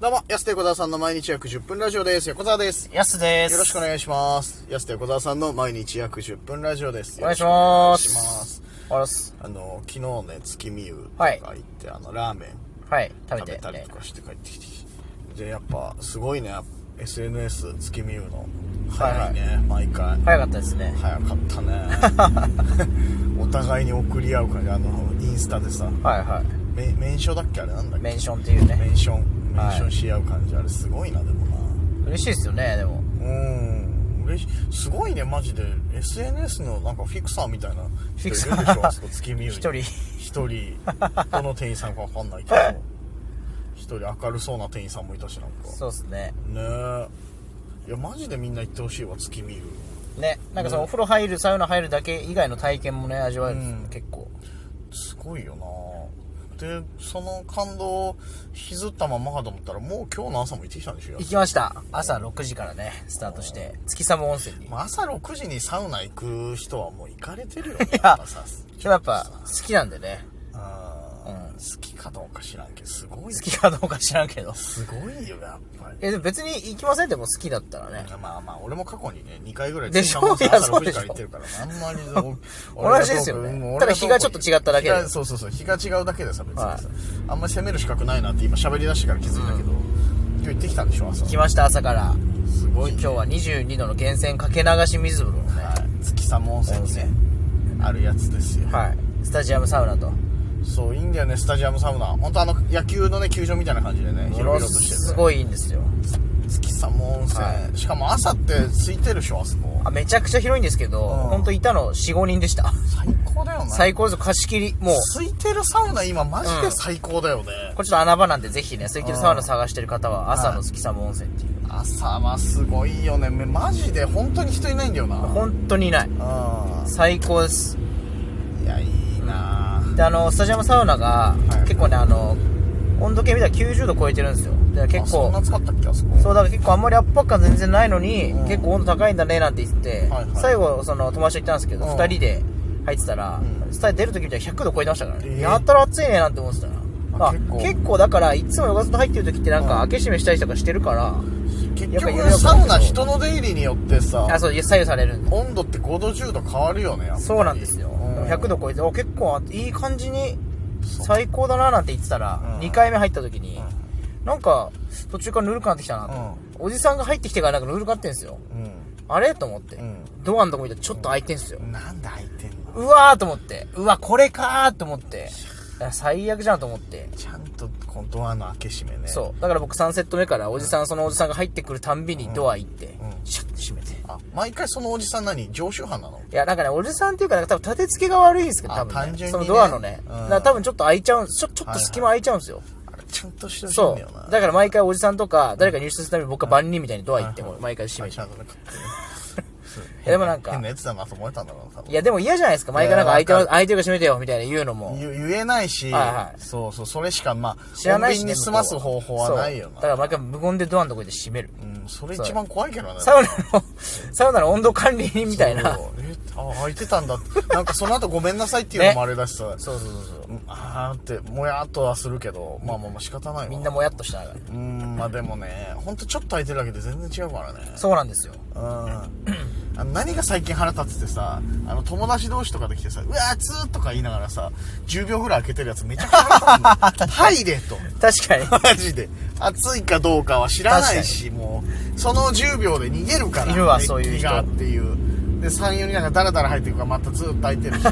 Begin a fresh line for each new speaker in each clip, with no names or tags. どうも、安手小沢さんの毎日約10分ラジオです。横澤です。
やすです。
よろしくお願いします。安手小沢さんの毎日約10分ラジオです。
お願いします。
よろしくお願いします。
お願いします。
あの、昨日ね、月見湯とか
はい
行って、あの、ラーメン
はい、食べ
食
て。
べたりとかして帰ってきて、で、やっぱ、すごいね、SNS 月見湯の。早いね、毎回。
早かったですね。
早かったね。 お互いに送り合う感じ、あの、インスタでさ、
はいは
メメンションだっけあれなんだっ
い。
け
メンションっていう
メ
ね。
ンション、メ
はい
ンションし合う感じ、あれすごいな、でもな。
嬉しいですよね、でも。
うん嬉しいすごいねマジで SNS のなんかフィクサーみたいな人いるでし
フィクサ
ょ
ー
あそこ月見湯に
一人
一人どの店員さんか分かんない けど一人明るそうな店員さんもいたしなんか
そうですね。
ねえいやマジでみんな行ってほしいわ月見湯
ね、なんかそのお風呂入る、サウナ入るだけ以外の体験もね、味わえる、
うん
結構。
すごいよなでその感動を引きずったままかと思ったらもう今日の朝も行ってきたんでしょ
行きました。朝6時からね、スタートして、月寒温泉に。
まあ朝6時にサウナ行く人はもう行かれてるよね
いや
っぱさ
でもやっぱ、好きなんでね。
あ
うん
ー好きかどうか知らんけどすごい
好きかどうか知らんけど。
すごいよやっぱり
え、でも別に行きませんでも好きだったらね。
まあまあ俺も過去にね2回ぐらい
でしょ
朝
いやそう
6
で
時
し
か
ょ
ら行ってるからあんまりそう
同じですよね
俺がどうこう
ただ日がちょっと違っただけで
日がそうそうそう日が違うだけでさ別にさ、
はい
あんまり攻める資格ないなって今喋り出してから気づいたけど、今日行ってきたんでしょ朝
来ました、朝から。
すごい
今日は22度の源泉かけ流し水風呂のね。
はい月寒温泉ねあるやつですよ、
はい。スタジアムサウナと。
そういいんだよねスタジアムサウナ本当あの野球のね球場みたいな感じでね広々としてて
すごいいいんですよ。
月寒温泉、
は
しかも朝って空いてるでしょあそこ
あめちゃくちゃ広いんですけど、
うん
ほんといたの4、5人 でした。
最高だよな
最高ですよ、貸し切り。もう、
空いてるサウナ今マジで最高だよね、
これちょっと穴場なんで、ぜひね、空いてるサウナ探してる方は、朝の月寒温泉っていう。
朝はすごいよねめマジで本当に人いないんだよなうん
本当にいない。最高です。
いやいいな
で、あの、スタジアムサウナが
い、
結構ね、あの、温度計見たら90度超えてるんですよ。で、
結構
結
そんな
構、
使ったっけあそこ
そうだから結構あんまり圧迫感全然ないのに、
うん
結構温度高いんだねなんて言って、
はいはい
最後その友達と行ったんですけど、
うん
二2人で入ってたら、
うん
スタイル出る時みたいに100度超えてましたからね、
えー
やたら暑いねなんて思ってたら、
あ
あ
結
結
構
構だからいつも横と入ってる時ってなん
うん
か開け閉めしたりとかしてるから、
結
やっぱ
局
色々
サウナ人の出入りによってさ
あそういや左右されるんで
温度って5度10度変わるよねやっぱり
そうなんですよ、
うん
でも100度超えてお結構あいい感じに
そう
最高だななんて言ってたら、
うん
2回目入った時に、
う
なんか途中からぬるくなってきたなと、おじさんが入ってきてからなんかぬるくなってんですよ
ん
あれと思って、
うん
ドアのとこ見たらちょっと開いてんすよ、
うんなんで開いてんの
うわーと思って、うわ、これかーと思って、いや最悪じゃんと思って。
ちゃんとこのドアの開け閉めね
そう。だから僕3セット目からおじさん、そのおじさんが入ってくるたんびにドア行って、
ん
シャッて閉めて。い
あ毎回そのおじさん何常習犯なの
や、なんかね、おじさんっていうか、なんか多分立て付けが悪いんですけど、
あ
多分、ね。
単純にね
そのドアのね。
うん
だから多分ちょっと開いちゃうん、ちょ、ちょっと隙間開いちゃうんですよ。
あれちゃんとしてほしいん
そ
だよな
う。だから毎回おじさんとか、誰か入室するために僕は万人みたいにドア行って、もう毎回閉め
ち
て。
ゃんとね買ってね
いやでもなんか
変なやつだなと思えたんだろうな多分
いや、でも嫌じゃないですか。毎回なんか開いて
いやわ
る、
か
開いてるから閉めてよ、みたいな言うのも。
言言えないし、
はいはい
そうそうそれしかまあ
知らない
穏
し、
便
ね、
に済ます方法はないよ
そう
な
だから毎回無言でドアのとこで閉める。
うん、それ一番怖いけどね
サウナの、 サウナの温度管理人みたいな。
そうえあ開いてたんだ ってなんかその後ごめんなさいっていうのもあ
ね
れだしさ、
そうそうそうそう。
うんあーってもやっとはするけどまあまあまあ仕方ないわ
みんなもやっとしたから。
うんまあでもねほんとちょっと開いてるだけで全然違うからね
そうなんですよ。
うんあの何が最近腹立つってさあの友達同士とかで来てさ「うわーつー」とか言いながらさ10秒ぐらい開けてるやつめちゃくちゃ腹 立つの入れと
確かに。
マジで暑いかどうかは知らないしもうその10秒で逃げるから
いるわ
熱気
そういう人
がっていうで34人なんかダラダラ入っていくからまたずっと開いてるし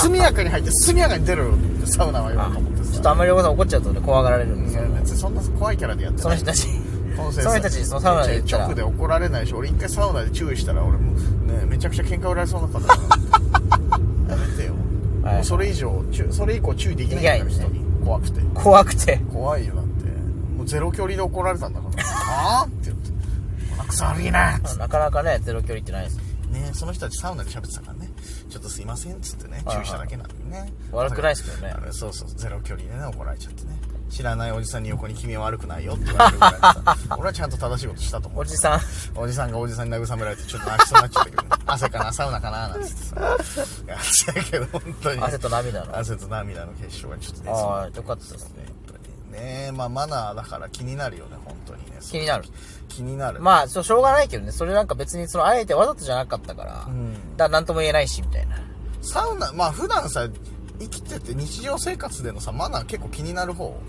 速やかに入って速やかに出ろよってサウナは言わんと思って
ちょ
さ
っとあんまり横さん怒っちゃうとね、怖がられるんですよ。
いや別にそんな怖いキャラでやって
そ
な
の
い
人たち。
この
その人たちにそのサウナで言ったら
直で怒られないし俺一回サウナで注意したら俺もうねめちゃくちゃ喧嘩売られそうになったから やめてよ、
はい
もうそれ以上注それ以降注意できないから
できな
人
い
に怖くて
怖くて。
怖いよだってもうゼロ距離で怒られたんだから ああって言って「鼻くそ悪いな」っつっ
なかなかね、ゼロ距離ってないです。
てねその人たちサウナで喋ってたからねちょっとすいませんっつってね
はい
注意しただけなんでね
悪くないっすけどね
あれそうそうゼロ距離でね怒られちゃってね知らないおじさんに横に君は悪くないよって言われるぐらいでさ 俺はちゃんと正しいことしたと思う
おじさん。
おじさんがおじさんに慰められてちょっと泣きそうになっちゃった けど、ね、汗かなサウナかななんつってさやってたけど本当に
汗と涙の
汗と涙の結晶がちょっと出そうにな
あ
っ
あ、よかったですね。
てねねえまあマナーだから気になるよね本当にね
気になる。
気になる
まあ、そうしょうがないけどね。それなんか別に、その、あえてわざとじゃなかったから、
うん
だからなんとも言えないし、みたいな。
サウナまあ普段さ生きてて日常生活でのさマナー結構気になる方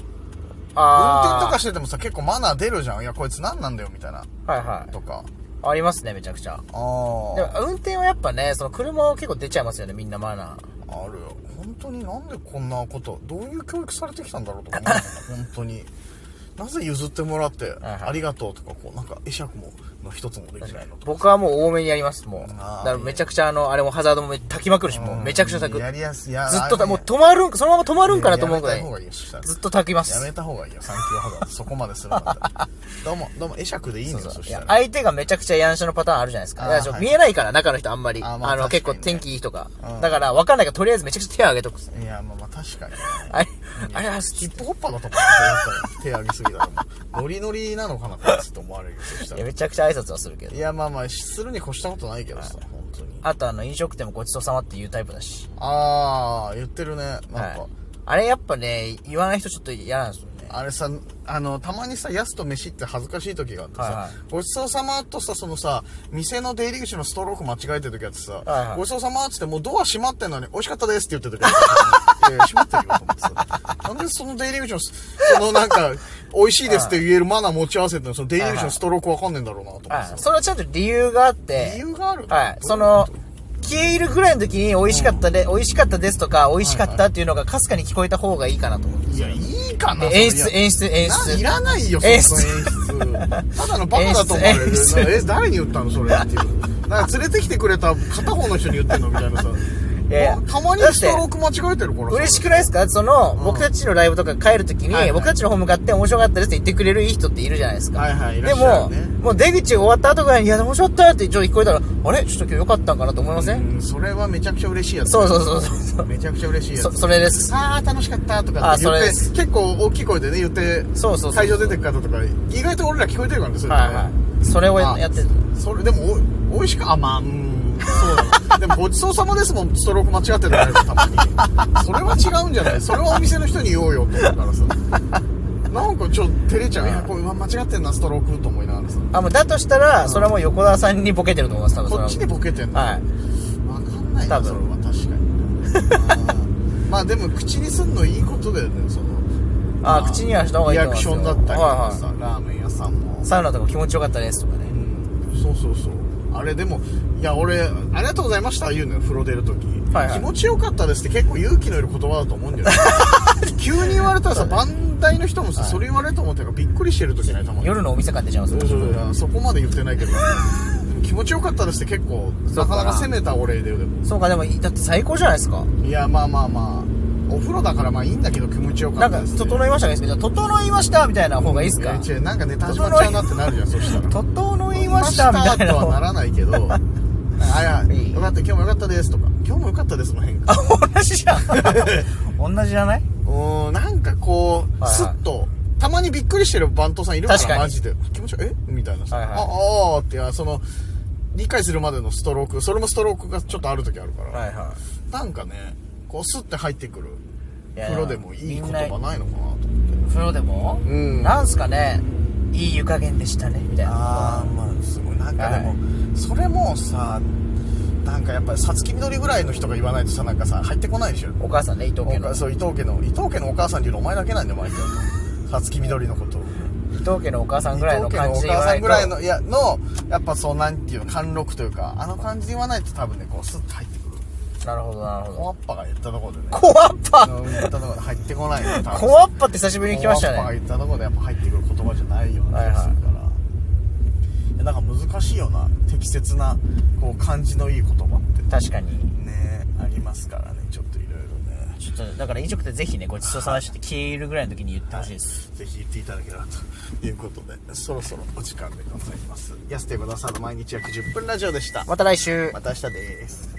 運
あー
転とかしててもさ結構マナー出るじゃんいやこいつ何なんだよみたいな
はいはい。
とか
ありますね、めちゃくち
あ
ゃ。
あ
でも、運転はやっぱね、その、車は結構出ちゃいますよね、みんなマナー。
あるよ本当になんでこんなことどういう教育されてきたんだろうとか思うよね本当になぜ譲ってもらって
はい
ありがとうとかこうなんか会釈もの一つもできないのとか
僕はもう多めにやります、もう。だ
あー
からめちゃくちゃあの、あれもハザードもめ炊きまくるし、もうめちゃくちゃ炊く。
やりやすいや
ずっとた、
あれね
もう止まるんか、そのまま止まるんかなと思うぐら
やめた方が
い。
いいよそしたら
ずっと炊きま
や
す。
めた方がいいよ3級ハザードそこまでするんだったらどうもどうも会釈でいいのよそ
い
した
や
ら
相手がめちゃくちゃやんしゃのパターンあるじゃないです
あ
か。
ー
だからちょっと
はい
見えないから、中の人あんまり。
あ
あ
ーまあ
の、
確
結
か
構
にね
天気いい人が
うん。
だから、わかんないから、とりあえずめちゃくちゃ手を挙げとくっす。
いやまあまあ確かにね
あれ、あれは
ヒ
好き。
ップホッパーだと思うよそれだったら手上げすぎだろノリノリなのかなこいつって思われるよそした
い
ら
や、めちゃくちゃ挨拶はするけど
い。やまあまあするに越したことないけどさ本当に
あと、あの、飲食店もごちそうさまっていうタイプだし。
ああ言ってるねなんか、
はい。あれやっぱね、言わない人ちょっと嫌なんですよね。
あれさあのたまにさやすと飯って恥ずかしい時があってさ、
はいはい
ごちそうさまとさそのさ店の出入り口のストローク間違えてる時あってさ、
はいはい
ごちそうさまっつってもうドア閉まってんのに美味しかったですって言ってる時あってい や閉まってるよと思ってさなんでその出入り口のスそのなんか美味しいですって言えるマナー持ち合わせてんのにその出入り口のストロークわかんねえんだろうなと思ってさ、
はい。それはちゃんと理由があって。
理由がある
はい。その、消えるぐらいの時に美味しかったで、美味しかったですとか、美味しかったっていうのがかすかに聞こえた方がいいかなと思って。
いやいいかな
演
そ
出、
れいや
演出、演
ない
出。
らないよ、そんな
演
演
出
出。ただのバカだと思われる
演出演。
え、誰に言ったのそれっていう。なんか連れてきてくれた片方の人に言ってんのみたいなさ。
いやいや
たまにストローク間違えてるからさ。
嬉しくないですかその、僕たちのライブとか帰るときに、
はいはい
僕たちの方向かって面白かったですって言ってくれるいい人っているじゃないですか。
はいはいいら
で
っしゃ
も、
るね
もう出口終わった後ぐらいに、いや、面白かったって一応聞こえたら、あれちょっと今日良かったんかなと思いません、
うんそれはめちゃくちゃ嬉しいやつ。
そうそうそうそう。
めちゃくちゃ嬉しいや
そ、
つ。
それです。
あー楽しかったとか
あ
って言
そ
っ
れ
て
です
結構大きい声でね言って
そうそうそう
会場出てく方とか意外と俺ら聞こえてるからねそれ
はいはい。それをややってる。
それでもお美味しくあまあうんそうだなでもごちそうさまですもんストローク間違ってるからたまに それは違うんじゃないそれはお店の人に言おうよと思うからさなんかちょっと照れちゃういやこれうわ間違ってんなストロークと思いながらさ
あ、もうだとしたら、それはもう横田さんにボケてると思います、多分それ
こ
は
っちにボケてんの、
はい。
わかんない
多
な
分
それは確かにあーまあでも口にすんのいいことだよねその
あ
ま
口にはした方がいい
リア
と思
ク
います
シ
よ
ョンだったりとかさ、
はい
ラーメン屋さんも
サウナとか気持ちよかったですとかね
うんそうそうそうあれでもいや俺ありがとうございました言うのよ風呂出るとき、
はいはい
気持ちよかったですって結構勇気のいる言葉だと思うんだよね 急に言われたらさ番台の人もさ、それ言われると思ってるからびっくりしてる時ないたまに
夜のお店感出ちゃいます
そうそうそういやそこまで言ってないけど でも気持ちよかったですって結構
そ
な
うか
か
な
なか攻めたお礼だよでも
そうかでもだって最高じゃないですか
いやまあまあまあお風呂だからまあいいんだけど気持ちよか
な
っ
ん
た
か
ですって
整いましたがいいですけど整いましたみたいな方がいいですか
いや違うなんかネタ始まっちゃうなってなるじゃんそしたら
整いましたみたいな
とはならないけどあいや
いい
よかった今日もよかったですとか今日もよかったですの変化
あ 同じじゃん 同じじゃないう
ーんなんかこう、
はいはい
スッとたまにびっくりしてる番頭さんいるから
確かに
マジで気持ち悪いえみたいなさ、
はいはい
ああーっていやその理解するまでのストロークそれもストロークがちょっとある時あるから、
はいは
なんかねこうスッて入ってくる
いや
風呂でもいい言
みんな
葉ないのかなと思って
風呂でも
うん
なんすかねいい湯加減でしたねみたいな
ああまあすごいなんかでも、
は
それもさなんかやっぱりさつきみどりぐらいの人が言わないとさなんかさ入ってこないでしょ
お母さんね伊藤家
お
の
かそう伊藤家の伊藤家のお母さんっていうのお前だけなんだよ毎回さつきみどりのこと
伊藤家のお母さん
伊
ぐらいの
藤家の
感
お
じで言
母
わ
さ
なんいと
ぐらいのいやのやっぱそうなんていうの貫禄というかあの感じで言わないと多分ねこうスッと入ってくる
なるほどなるほ
コ
ど
アッパが言ったところでね
コアッ
あ
パ
の言ったところで入ってこないよ多分
コアッパって久しぶりに来ました
コアッパが
ね
言ったところでやっぱ入ってくる言葉じゃないような気がするから、いやなんか難しいよな適切なこう感じのいい言葉って
確かに
ねありますからねちょっといろいろね
ちょっとだから飲食店ぜひねごちそうさまでしたって消えるぐらいの時に言ってほしいです、
ぜひ言っていただければということでそろそろお時間でございます安手小田さんの毎日約10分ラジオでした
また来週
また明日です